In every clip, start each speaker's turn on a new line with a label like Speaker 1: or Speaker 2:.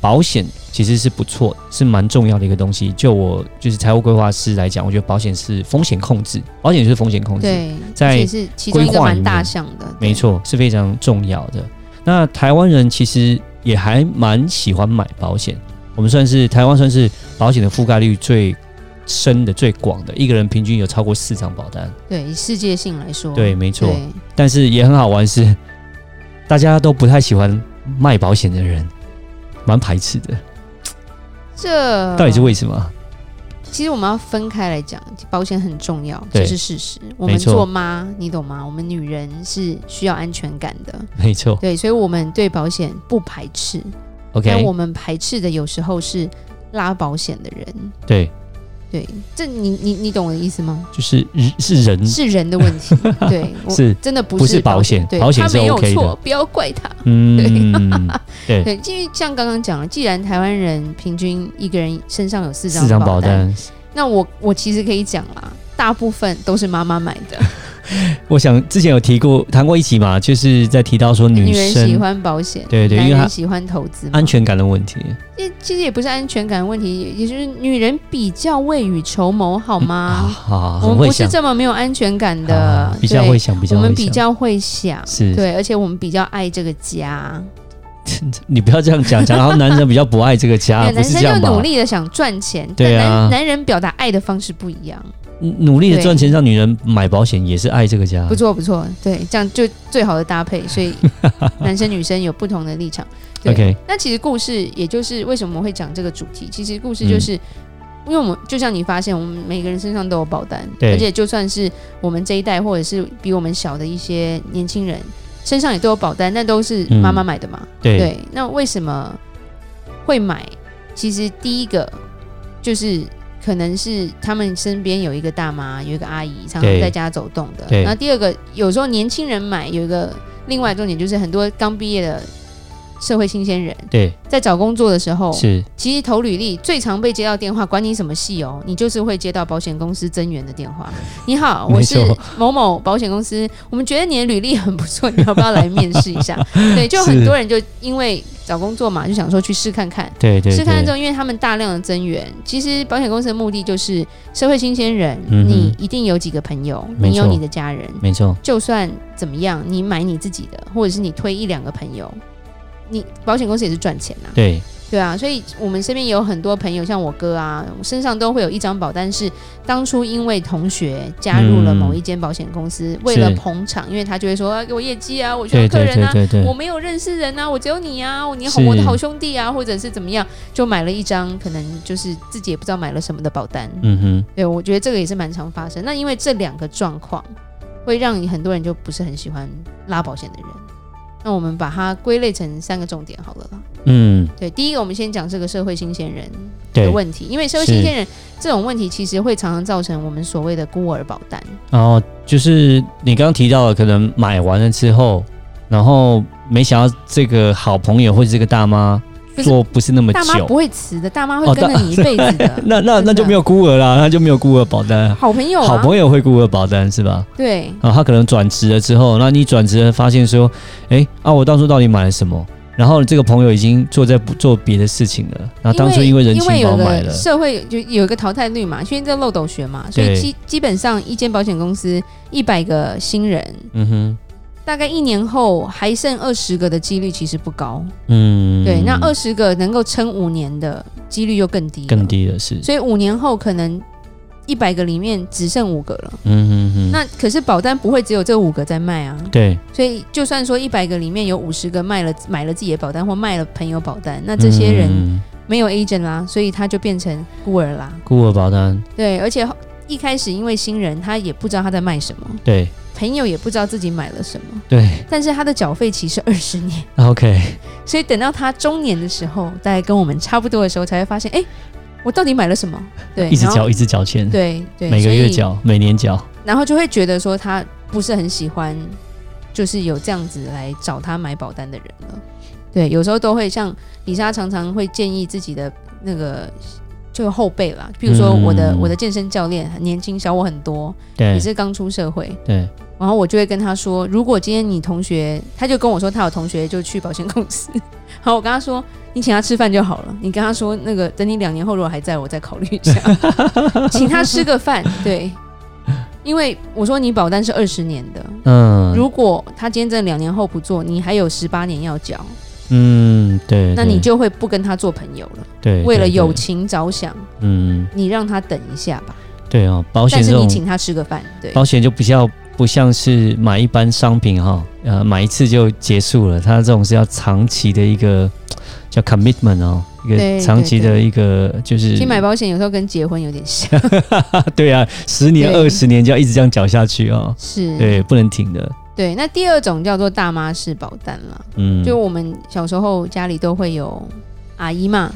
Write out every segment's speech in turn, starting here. Speaker 1: 保险其实是不错，是蛮重要的一个东西。就我就是财务规划师来讲，我觉得保险是风险控制，保险就是风险控制。
Speaker 2: 对，
Speaker 1: 在
Speaker 2: 而且是其中一
Speaker 1: 规
Speaker 2: 个
Speaker 1: 划里
Speaker 2: 蛮
Speaker 1: 面
Speaker 2: 大项的，对
Speaker 1: 没。错，是非常重要的。那台湾人其实也还蛮喜欢买保险，我们算是台湾算是保险的覆盖率最深的、最广的，一个人平均有超过四张保单。
Speaker 2: 对，以世界性来说，
Speaker 1: 对，没错。
Speaker 2: 哦对，
Speaker 1: 但是也很好玩是，大家都不太喜欢卖保险的人，蛮排斥的。
Speaker 2: 嗯这
Speaker 1: 到底是为什么？
Speaker 2: 其实我们要分开来讲，保险很重要，
Speaker 1: 对
Speaker 2: 这是事实。我
Speaker 1: 没
Speaker 2: 们
Speaker 1: 错
Speaker 2: 做妈，你懂吗？我们女人是需要安全感的，
Speaker 1: 没错
Speaker 2: 对，所以我们对保险不排斥。但
Speaker 1: ，OK，
Speaker 2: 我们排斥的有时候是拉保险的人，
Speaker 1: 对，
Speaker 2: 对，这你你你懂我的意思吗？
Speaker 1: 就是人是人
Speaker 2: 是人的问 题，对，我
Speaker 1: 嗯是
Speaker 2: 真的不
Speaker 1: 不是
Speaker 2: 是
Speaker 1: 保险
Speaker 2: 对，
Speaker 1: 保险
Speaker 2: 他
Speaker 1: 是
Speaker 2: 没有
Speaker 1: OK 的
Speaker 2: 错，不要怪他。
Speaker 1: 嗯，对
Speaker 2: 对，因为像刚刚讲了，既然台湾人平均一个人身上有 四张
Speaker 1: 四张
Speaker 2: 保
Speaker 1: 保单，
Speaker 2: 那我我其实可以讲啦，大部分都是妈妈买的，
Speaker 1: 我想之前有提过谈过一集嘛，就是在提到说
Speaker 2: 女人喜
Speaker 1: 生
Speaker 2: 欢保险，
Speaker 1: 对对因
Speaker 2: 男
Speaker 1: 为她
Speaker 2: 人喜欢投资嘛，
Speaker 1: 安全感的问题，
Speaker 2: 也其实也不是安全感问题，也也就是女人比较未雨绸缪，好吗？
Speaker 1: 啊嗯好，
Speaker 2: 啊
Speaker 1: 哦
Speaker 2: 我
Speaker 1: 很
Speaker 2: 们
Speaker 1: 会
Speaker 2: 不是
Speaker 1: 想
Speaker 2: 这么没有安全感的，
Speaker 1: 啊比较
Speaker 2: 对
Speaker 1: 会想，比较
Speaker 2: 我
Speaker 1: 会
Speaker 2: 们比
Speaker 1: 想，
Speaker 2: 较会想，
Speaker 1: 是
Speaker 2: 对，而且我们比较爱这个家。
Speaker 1: 你不要这样讲，讲到男人比较不爱这个家，
Speaker 2: 对，
Speaker 1: 啊不
Speaker 2: 男
Speaker 1: 是
Speaker 2: 生
Speaker 1: 这样
Speaker 2: 就努
Speaker 1: 吧？
Speaker 2: 力的想赚钱，
Speaker 1: 对
Speaker 2: 但
Speaker 1: 啊
Speaker 2: 男男人表达爱的方式不一样。
Speaker 1: 努力的
Speaker 2: 对
Speaker 1: 赚钱，让女人买保险也是爱这个家
Speaker 2: 不，错不错，对，这样就最好的搭配。所以男生女生有不同的立场。对
Speaker 1: OK
Speaker 2: 那其实故事，也就是为什么会讲这个主题。其实故事
Speaker 1: 嗯
Speaker 2: 就是，因为我们就像你发现，我们每个人身上都有保单，
Speaker 1: 对
Speaker 2: 而且就算是我们这一代，或者是比我们小的一些年轻人，身上也都有保单，那都是
Speaker 1: 嗯
Speaker 2: 妈妈买的嘛。
Speaker 1: 对，
Speaker 2: 对，那为什么会买？其实第一个就是可能是他们身边有一个大妈，有一个阿姨，常常
Speaker 1: 对
Speaker 2: 在家走动的。
Speaker 1: 对
Speaker 2: 然后第二个，有时候年轻人买有一个另外重点就是很多刚毕业的社会新鲜人
Speaker 1: 对
Speaker 2: 在找工作的时候，
Speaker 1: 是，
Speaker 2: 其实投履历最常被接到电话，管你什么系哦，你就是会接到保险公司增援的电话。你好，我
Speaker 1: 没
Speaker 2: 是
Speaker 1: 错
Speaker 2: 某某保险公司，我们觉得你的履历很不错，你要不要来面 试一下？对，就很
Speaker 1: 是
Speaker 2: 多人就因为找工作嘛，就想说去试看看。
Speaker 1: 对对
Speaker 2: 试看看之
Speaker 1: 对，
Speaker 2: 后，因为他们大量的增援，其实保险公司的目的就是社会新鲜人，
Speaker 1: 嗯哼
Speaker 2: 你一定有几个朋友，
Speaker 1: 没
Speaker 2: 你有
Speaker 1: 错
Speaker 2: 你的家人，
Speaker 1: 没错，
Speaker 2: 就算怎么样，你买你自己的，或者是你推一两个朋友，你保险公司也是赚钱呐、
Speaker 1: 对
Speaker 2: 对啊，所以我们身边也有很多朋友，像我哥啊，身上都会有一张保单，是当初因为同学加入了
Speaker 1: 嗯
Speaker 2: 某一间保险公司，为了捧场，因为他就会说、啊、给我业绩啊，我需要
Speaker 1: 对
Speaker 2: 客
Speaker 1: 对
Speaker 2: 人啊，
Speaker 1: 对对
Speaker 2: 我
Speaker 1: 对，
Speaker 2: 没有认识人啊，我只有你啊，你好
Speaker 1: 是
Speaker 2: 我的好兄弟啊，或者是怎么样，就买了一张可能就是自己也不知道买了什么的保单。
Speaker 1: 嗯哼，
Speaker 2: 对，我觉得这个也是蛮常发生。那因为这两个状况，会让很多人就不是很喜欢拉保险的人。那我们把它归类成三个重点好了啦。
Speaker 1: 嗯，
Speaker 2: 对，第一个我们先讲这个社会新鲜人的
Speaker 1: 对，
Speaker 2: 问题，因为社会
Speaker 1: 是
Speaker 2: 新鲜人这种问题其实会常常造成我们所谓的孤儿保单。
Speaker 1: 然后就是你刚刚提到的，可能买完了之后，然后没想到这个好朋友或者这个大妈
Speaker 2: 不是
Speaker 1: 做不是那么
Speaker 2: 大妈不
Speaker 1: 久，
Speaker 2: 会辞的，大妈
Speaker 1: 哦
Speaker 2: 会跟着
Speaker 1: 大。
Speaker 2: 你一辈子的
Speaker 1: 那那
Speaker 2: 真的
Speaker 1: 那就没有孤儿啦，那就没有孤儿保单，
Speaker 2: 好朋友、啊，
Speaker 1: 好
Speaker 2: 友
Speaker 1: 朋友会孤儿保单是吧？
Speaker 2: 对，
Speaker 1: 啊，他可能转职了之后，那你转职了发现说，哎啊，我当初到底买了什么？然后这个朋友已经做在做别的事情了，那当初因为人情
Speaker 2: 啊因为
Speaker 1: 保
Speaker 2: 有
Speaker 1: 买
Speaker 2: 个
Speaker 1: 了，
Speaker 2: 社会就有一个淘汰率嘛，因为这漏斗学嘛，所
Speaker 1: 对
Speaker 2: 以基基本上一间保险公司一百个新人，
Speaker 1: 嗯哼，
Speaker 2: 大概一年后还剩二十个的几率其实不高。
Speaker 1: 嗯，
Speaker 2: 对，那二十个能够撑五年的几率就更低，
Speaker 1: 更。低的是，
Speaker 2: 所以五年后可能一百个里面只剩五个了。
Speaker 1: 嗯哼哼，
Speaker 2: 那可是保单不会只有这五个在卖啊，
Speaker 1: 对，
Speaker 2: 所以就算说一百个里面有五十个卖了买了自己的保单或卖了朋友保单，那这些人
Speaker 1: 嗯
Speaker 2: 没有 agent 啦，所以他就变成孤儿啦。
Speaker 1: 孤儿保单，
Speaker 2: 对，而且一开始因为新人他也不知道他在卖什么，
Speaker 1: 对
Speaker 2: 朋友也不知道自己买了什么，
Speaker 1: 对啊
Speaker 2: 但是他的缴费期是 二十年，
Speaker 1: ，OK。
Speaker 2: 所以等到他中年的时候，大概跟我们差不多的时候，才会发现，哎、我到底买了什么？对，
Speaker 1: 一直
Speaker 2: 然后
Speaker 1: 交一直交钱，
Speaker 2: 对对，
Speaker 1: 每个月
Speaker 2: 所以，
Speaker 1: 交，每年交，
Speaker 2: 然后就会觉得说他不是很喜欢，就是有这样子来找他买保单的人了。对，有时候都会像李莎常常会建议自己的那个就是后辈啦，比如说我的、
Speaker 1: 嗯哎
Speaker 2: 我的健身教练很年轻小我很多，
Speaker 1: 对
Speaker 2: 也是刚出社会，
Speaker 1: 对，
Speaker 2: 然后我就会跟他说，如果今天你同学，他就跟我说他有同学就去保险公司， 然后我跟他说，你请他吃饭就好了，你跟他说那个等你两年后如果还在我再考虑一下， 请他吃个饭，对，因为我说你保单是二十年的，
Speaker 1: 嗯
Speaker 2: 如果他今天这两年后不做，你还有十八年要缴，
Speaker 1: 嗯，对，
Speaker 2: 那
Speaker 1: 对
Speaker 2: 你就会不跟他做朋友了。
Speaker 1: 对，
Speaker 2: 为了
Speaker 1: 对
Speaker 2: 友
Speaker 1: 对
Speaker 2: 情着想，
Speaker 1: 嗯，
Speaker 2: 你让他等一下吧，
Speaker 1: 对哦，保
Speaker 2: 但
Speaker 1: 险
Speaker 2: 是
Speaker 1: 这
Speaker 2: 你
Speaker 1: 种
Speaker 2: 请他吃个饭，对。
Speaker 1: 保险就不像不像是买一般商品哈，呃，买一次就结束了，它这种是要长期的一个叫 commitment 哦，一
Speaker 2: 对
Speaker 1: 个长期
Speaker 2: 对
Speaker 1: 的一个就是
Speaker 2: 其实买保险有时候跟结婚有点像，
Speaker 1: 对啊，十年
Speaker 2: 对嗯
Speaker 1: 二十年就要一直这样缴下去哦，
Speaker 2: 是
Speaker 1: 对，不能停的，
Speaker 2: 对，那第二种叫做大妈式保单啦，
Speaker 1: 嗯，
Speaker 2: 就我们小时候家里都会有阿姨嘛。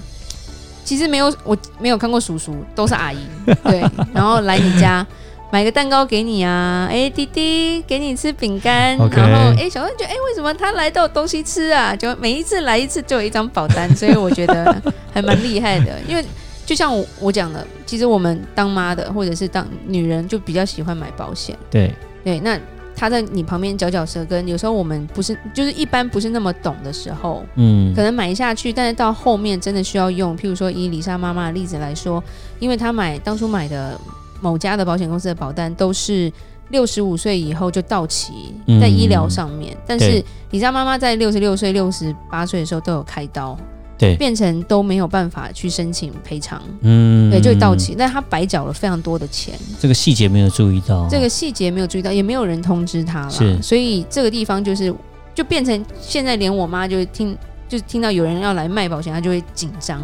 Speaker 2: 其实没有，我没有看过叔叔，都 是阿姨。对，然后来你家买个蛋糕给你啊，哎、弟弟给你吃饼干
Speaker 1: OK
Speaker 2: 然后哎、小恩觉得哎、为什么他来都有东西吃啊？就每一次来一次就有一张保单，所以我觉得还蛮厉害 的。因为就像我我讲的，其实我们当妈的或者是当女人就比较喜欢买保险。
Speaker 1: 对，
Speaker 2: 对，那他在你旁边嚼嚼舌根，有时候我们不是就是一般不是那么懂的时候，
Speaker 1: 嗯
Speaker 2: 可能买下去，但是到后面真的需要用。譬如说以李莎妈妈的例子来说，因为她买当初买的某家的保险公司的保单都是。六十五岁以后就到期，
Speaker 1: 嗯
Speaker 2: 在医疗上面，但是
Speaker 1: 对
Speaker 2: 李莎妈妈在六十六岁、六十八岁的时候都有开刀，
Speaker 1: 对，
Speaker 2: 变成都没有办法去申请赔偿，
Speaker 1: 嗯，
Speaker 2: 对，就会到期。但她白缴了非常多的钱，
Speaker 1: 这个细节没有注意到，啊
Speaker 2: 这个细节没有注意到，也没有人通知他啦，
Speaker 1: 是
Speaker 2: 所以这个地方就是就变成现在连我妈就听就是听到有人要来卖保险，她就会紧张，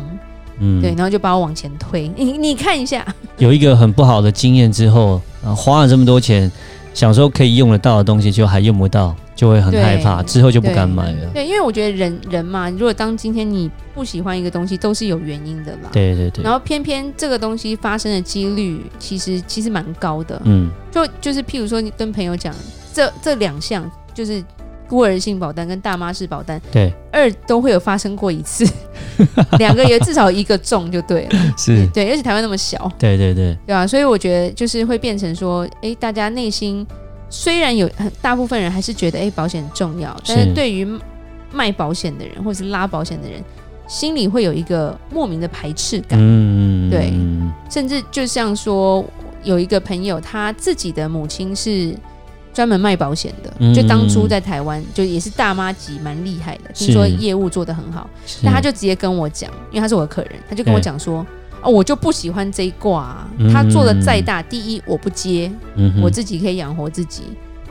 Speaker 1: 嗯
Speaker 2: 对，然后就把我往前推，你你看一下，
Speaker 1: 有一个很不好的经验之后，啊，花了这么多钱，想说可以用得到的东西，就还用不到，就会很
Speaker 2: 对
Speaker 1: 害怕，之后就不敢买了。
Speaker 2: 对，因为我觉得人人嘛，如果当今天你不喜欢一个东西，都是有原因的啦。
Speaker 1: 对对对，
Speaker 2: 然后偏偏这个东西发生的几率其实其实蛮高的，
Speaker 1: 嗯，
Speaker 2: 就就是譬如说你跟朋友讲这这两项就是孤儿性保单跟大妈式保单，
Speaker 1: 对，
Speaker 2: 二都会有发生过一次，两个也至少一个中就对了。
Speaker 1: 是，
Speaker 2: 对，而且台湾那么小，
Speaker 1: 对对对，
Speaker 2: 对吧、所以我觉得就是会变成说，诶，大家内心虽然有很大部分人还是觉得诶保险很重要，但是
Speaker 1: 是
Speaker 2: 对于卖保险的人或者是拉保险的人，心里会有一个莫名的排斥感，
Speaker 1: 嗯，
Speaker 2: 对
Speaker 1: 嗯
Speaker 2: 甚至就像说有一个朋友，他自己的母亲是。专门卖保险的，
Speaker 1: 嗯
Speaker 2: 就当初在台湾，就也是大妈级，蛮厉害的。听说
Speaker 1: 是
Speaker 2: 业务做得很好，
Speaker 1: 是
Speaker 2: 那他就直接跟我讲，因为他是我的客人，他就跟我讲说。哦，我就不喜欢这一卦、啊。
Speaker 1: 嗯
Speaker 2: 他做的再大，第一我不接，
Speaker 1: 嗯哼
Speaker 2: 我自己可以养活自己；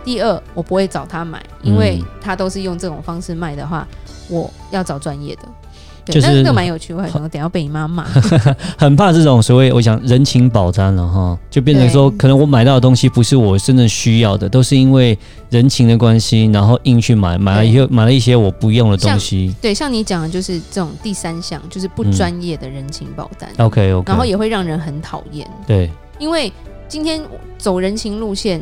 Speaker 2: 第二我不会找他买，因为
Speaker 1: 嗯
Speaker 2: 他都是用这种方式卖的话，我要找专业的。对，
Speaker 1: 就是
Speaker 2: 但这个蛮有趣，我还想说等一下被你妈骂。
Speaker 1: 很怕这种所谓我想人情保单了哈，就变成说
Speaker 2: 对
Speaker 1: 可能我买到的东西不是我真正需要的，都是因为人情的关系，然后硬去买，买了以后买了一些我不用的东西。
Speaker 2: 对，像你讲的就是这种第三项，就是
Speaker 1: 嗯
Speaker 2: 不专业的人情保单，
Speaker 1: OK OK，
Speaker 2: 然后也会让人很讨厌。
Speaker 1: 对，
Speaker 2: 因为今天走人情路线，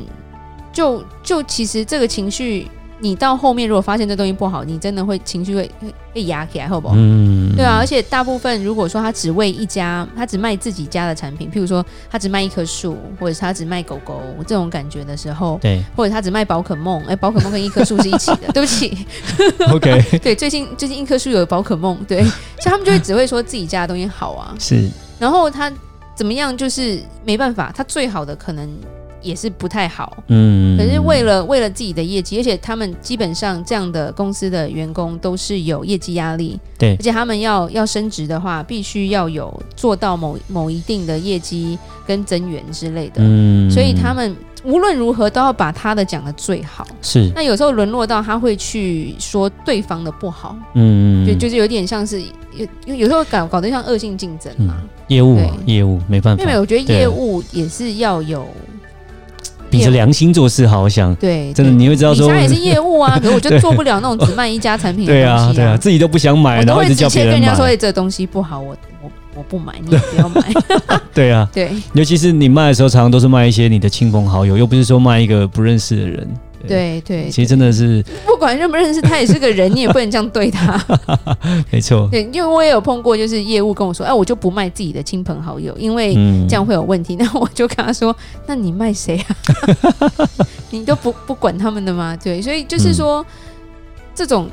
Speaker 2: 就就其实这个情绪，你到后面如果发现这东西不好，你真的会情绪会会被压起来，好不好？
Speaker 1: 嗯，
Speaker 2: 对啊，而且大部分如果说他只为一家，他只卖自己家的产品，譬如说他只卖一棵树，或者是他只卖狗狗这种感觉的时候，
Speaker 1: 对
Speaker 2: 或者他只卖宝可梦，哎、宝可梦跟一棵树是一起的， 对不起，
Speaker 1: ，OK
Speaker 2: 对，最近最近一棵树有宝可梦，对， 所以他们就会只会说自己家的东西好啊，
Speaker 1: 是，
Speaker 2: 然后他怎么样，就是没办法，他最好的可能也是不太好。
Speaker 1: 嗯，
Speaker 2: 可是为了为了自己的业绩，而且他们基本上这样的公司的员工都是有业绩压力，
Speaker 1: 对
Speaker 2: 而且他们要要升职的话，必须要有做到某某一定的业绩跟增援之类的，
Speaker 1: 嗯，
Speaker 2: 所以他们无论如何都要把他的讲的最好。
Speaker 1: 是，
Speaker 2: 那有时候沦落到他会去说对方的不好，
Speaker 1: 嗯，
Speaker 2: 就就是有点像是有有有时候搞搞得像恶性竞争嘛。
Speaker 1: 嗯业务啊，业务没办法
Speaker 2: 妹妹，，我觉得
Speaker 1: 对
Speaker 2: 业务也是要有
Speaker 1: 秉着良心做事好，我想
Speaker 2: 对，
Speaker 1: 真的
Speaker 2: 对
Speaker 1: 你会知道
Speaker 2: 李
Speaker 1: 说，
Speaker 2: 莎也是业务啊，可 是我就做不了那种只卖一家产品的
Speaker 1: 对
Speaker 2: 东
Speaker 1: 啊，
Speaker 2: 西
Speaker 1: 对啊，自己都不想买，
Speaker 2: 我
Speaker 1: 然
Speaker 2: 都
Speaker 1: 后
Speaker 2: 会
Speaker 1: 一直
Speaker 2: 直
Speaker 1: 叫
Speaker 2: 接
Speaker 1: 别
Speaker 2: 跟
Speaker 1: 人
Speaker 2: 人家说，
Speaker 1: 买，
Speaker 2: 哎，这东西不好，我我我不买，你也 不要买。
Speaker 1: 对啊，
Speaker 2: 对
Speaker 1: 尤其是你卖的时候，常常都是卖一些你的亲朋好友，又不是说卖一个不认识的人。
Speaker 2: 对对，
Speaker 1: 其实真的是
Speaker 2: 不管认不认识，他也是个人，你也不能这样对他。 嗯
Speaker 1: 没错，
Speaker 2: 对，因为我也有碰过，就是业务跟我说，哎、我就不卖自己的亲朋好友，因为
Speaker 1: 嗯
Speaker 2: 这样会有问题。那 我就跟他说，那你卖谁 啊？你都不不管他们的吗？对，所以就是
Speaker 1: 嗯
Speaker 2: 说，这种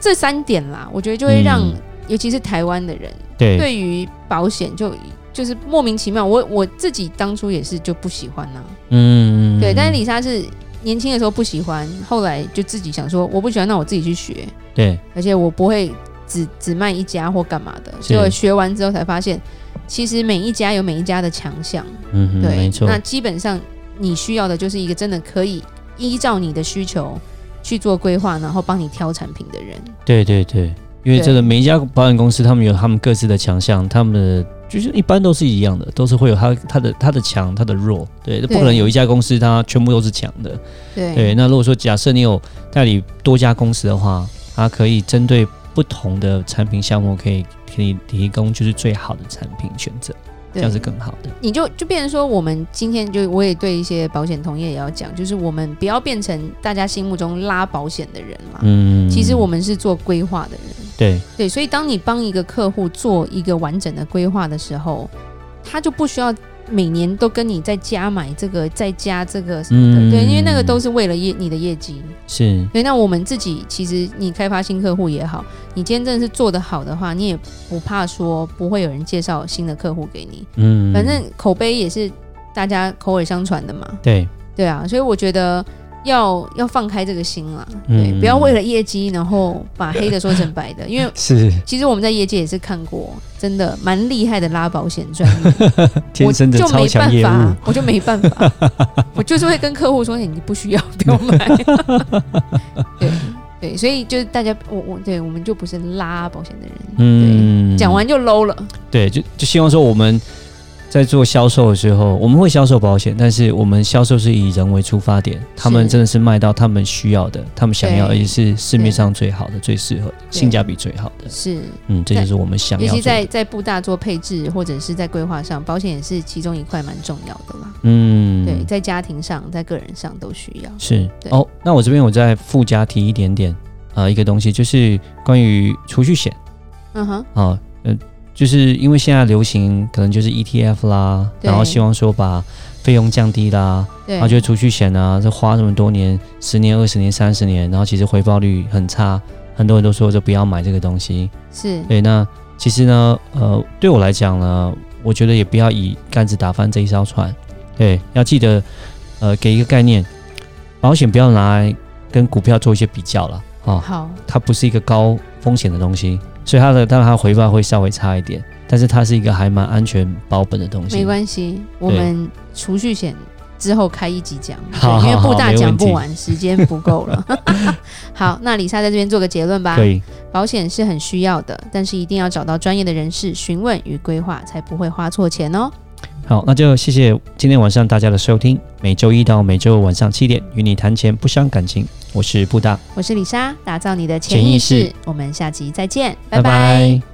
Speaker 2: 这三点啦，我觉得就会让，
Speaker 1: 嗯
Speaker 2: 尤其是台湾的人，
Speaker 1: 对
Speaker 2: 对于保险就就是莫名其妙。我我自己当初也是就不喜欢呐、啊
Speaker 1: 嗯，
Speaker 2: 对，但是李莎是年轻的时候不喜欢，后来就自己想说，我不喜欢，那我自己去学。
Speaker 1: 对
Speaker 2: 而且我不会只只卖一家或干嘛的，
Speaker 1: 是
Speaker 2: 所以我学完之后才发现，其实每一家有每一家的强项，
Speaker 1: 嗯哼，
Speaker 2: 对，
Speaker 1: 没错，
Speaker 2: 那基本上你需要的就是一个真的可以依照你的需求去做规划，然后帮你挑产品的人，
Speaker 1: 对对对，因为
Speaker 2: 对
Speaker 1: 这个每一家保险公司，他们有他们各自的强项，他们的就是一般都是一样的，都是会有他他的他的强，他的弱，对，不可能有一家公司它全部都是强的，
Speaker 2: 对
Speaker 1: 对。那如果说假设你有代理多家公司的话，它可以针对不同的产品项目，可以给你提供就是最好的产品选择，这样是更好的。
Speaker 2: 你就就变成说，我们今天就我也对一些保险同业也要讲，就是我们不要变成大家心目中拉保险的人啦。
Speaker 1: 嗯，
Speaker 2: 其实我们是做规划的人，
Speaker 1: 对
Speaker 2: 对，所以当你帮一个客户做一个完整的规划的时候，他就不需要每年都跟你再加买这个，再加这个什么的，
Speaker 1: 嗯
Speaker 2: 对，因为那个都是为了业你的业绩。
Speaker 1: 是
Speaker 2: 对，那我们自己其实你开发新客户也好，你今天真的是做得好的话，你也不怕说不会有人介绍新的客户给你，
Speaker 1: 嗯，
Speaker 2: 反正口碑也是大家口耳相传的嘛，
Speaker 1: 对
Speaker 2: 对啊，所以我觉得。要要放开这个心啦，对，
Speaker 1: 嗯
Speaker 2: 不要为了业绩，然后把黑的说成白的，因为
Speaker 1: 是
Speaker 2: 其实我们在业界也是看过，真的蛮厉害的拉保险专业，
Speaker 1: 天生的
Speaker 2: 我就
Speaker 1: 超
Speaker 2: 没
Speaker 1: 强
Speaker 2: 办
Speaker 1: 业务
Speaker 2: 法。，我就没 办法，我就是会跟客户说，哎你不需要，不要买。 对对，所以就是大家，我我对我们就不是拉保险的人，
Speaker 1: 嗯，
Speaker 2: 讲完就 low 了，
Speaker 1: 对，就就希望说我们在做销售的时候，我们会销售保险，但是我们销售是以人为出发点，他们真的是卖到他们需要的，他们想要，而
Speaker 2: 对
Speaker 1: 且是市面上最好的、最适合的、
Speaker 2: 对
Speaker 1: 性价比最好的。
Speaker 2: 是。
Speaker 1: 嗯，这就是我们想
Speaker 2: 尤
Speaker 1: 要做
Speaker 2: 其
Speaker 1: 的。
Speaker 2: 在在布大做配置，或者是在规划上，保险也是其中一块蛮重要的啦。
Speaker 1: 嗯，
Speaker 2: 对，，在家庭上，在个人上都需要。
Speaker 1: 是
Speaker 2: 对
Speaker 1: 哦。那我这边我再附加提一点点啊、呃一个东西就是关于储蓄险。
Speaker 2: 嗯哼，
Speaker 1: 啊，呃，就是因为现在流行可能就是 ETF 啦，
Speaker 2: 对
Speaker 1: 然后希望说把费用降低啦，
Speaker 2: 对
Speaker 1: 然后，就储蓄险啊，这花这么多年，十年、二十年、三十年，然后其实回报率很差，很多人都说就不要买这个东西。
Speaker 2: 是
Speaker 1: 对，那其实呢，呃，对我来讲呢，我觉得也不要以杆子打翻这一艘船，对，要记得呃给一个概念，保险不要拿来跟股票做一些比较了啊。
Speaker 2: 好，
Speaker 1: 它不是一个高风险的东西，所以它的当然它回报会稍微差一点，但是它是一个还蛮安全保本的东西。
Speaker 2: 没关系，我们储蓄险之后开一集讲，
Speaker 1: 好
Speaker 2: 对因为
Speaker 1: 好
Speaker 2: 布大
Speaker 1: 没问
Speaker 2: 讲
Speaker 1: 题
Speaker 2: 不完，时间不 够了。好，那李莎在这边做个结论吧。
Speaker 1: 对，
Speaker 2: 保险是很需要的，但是一定要找到专业的人士询问与规划，才不会花错钱哦。
Speaker 1: 好，那就谢谢今天晚上大家的收听。每周一到每周五晚上七点，与你谈钱不伤感情。我是布大，
Speaker 2: 我是李莎，打造你的
Speaker 1: 潜
Speaker 2: 潜
Speaker 1: 意
Speaker 2: 意
Speaker 1: 识
Speaker 2: 识。我们下集再见，拜拜
Speaker 1: 拜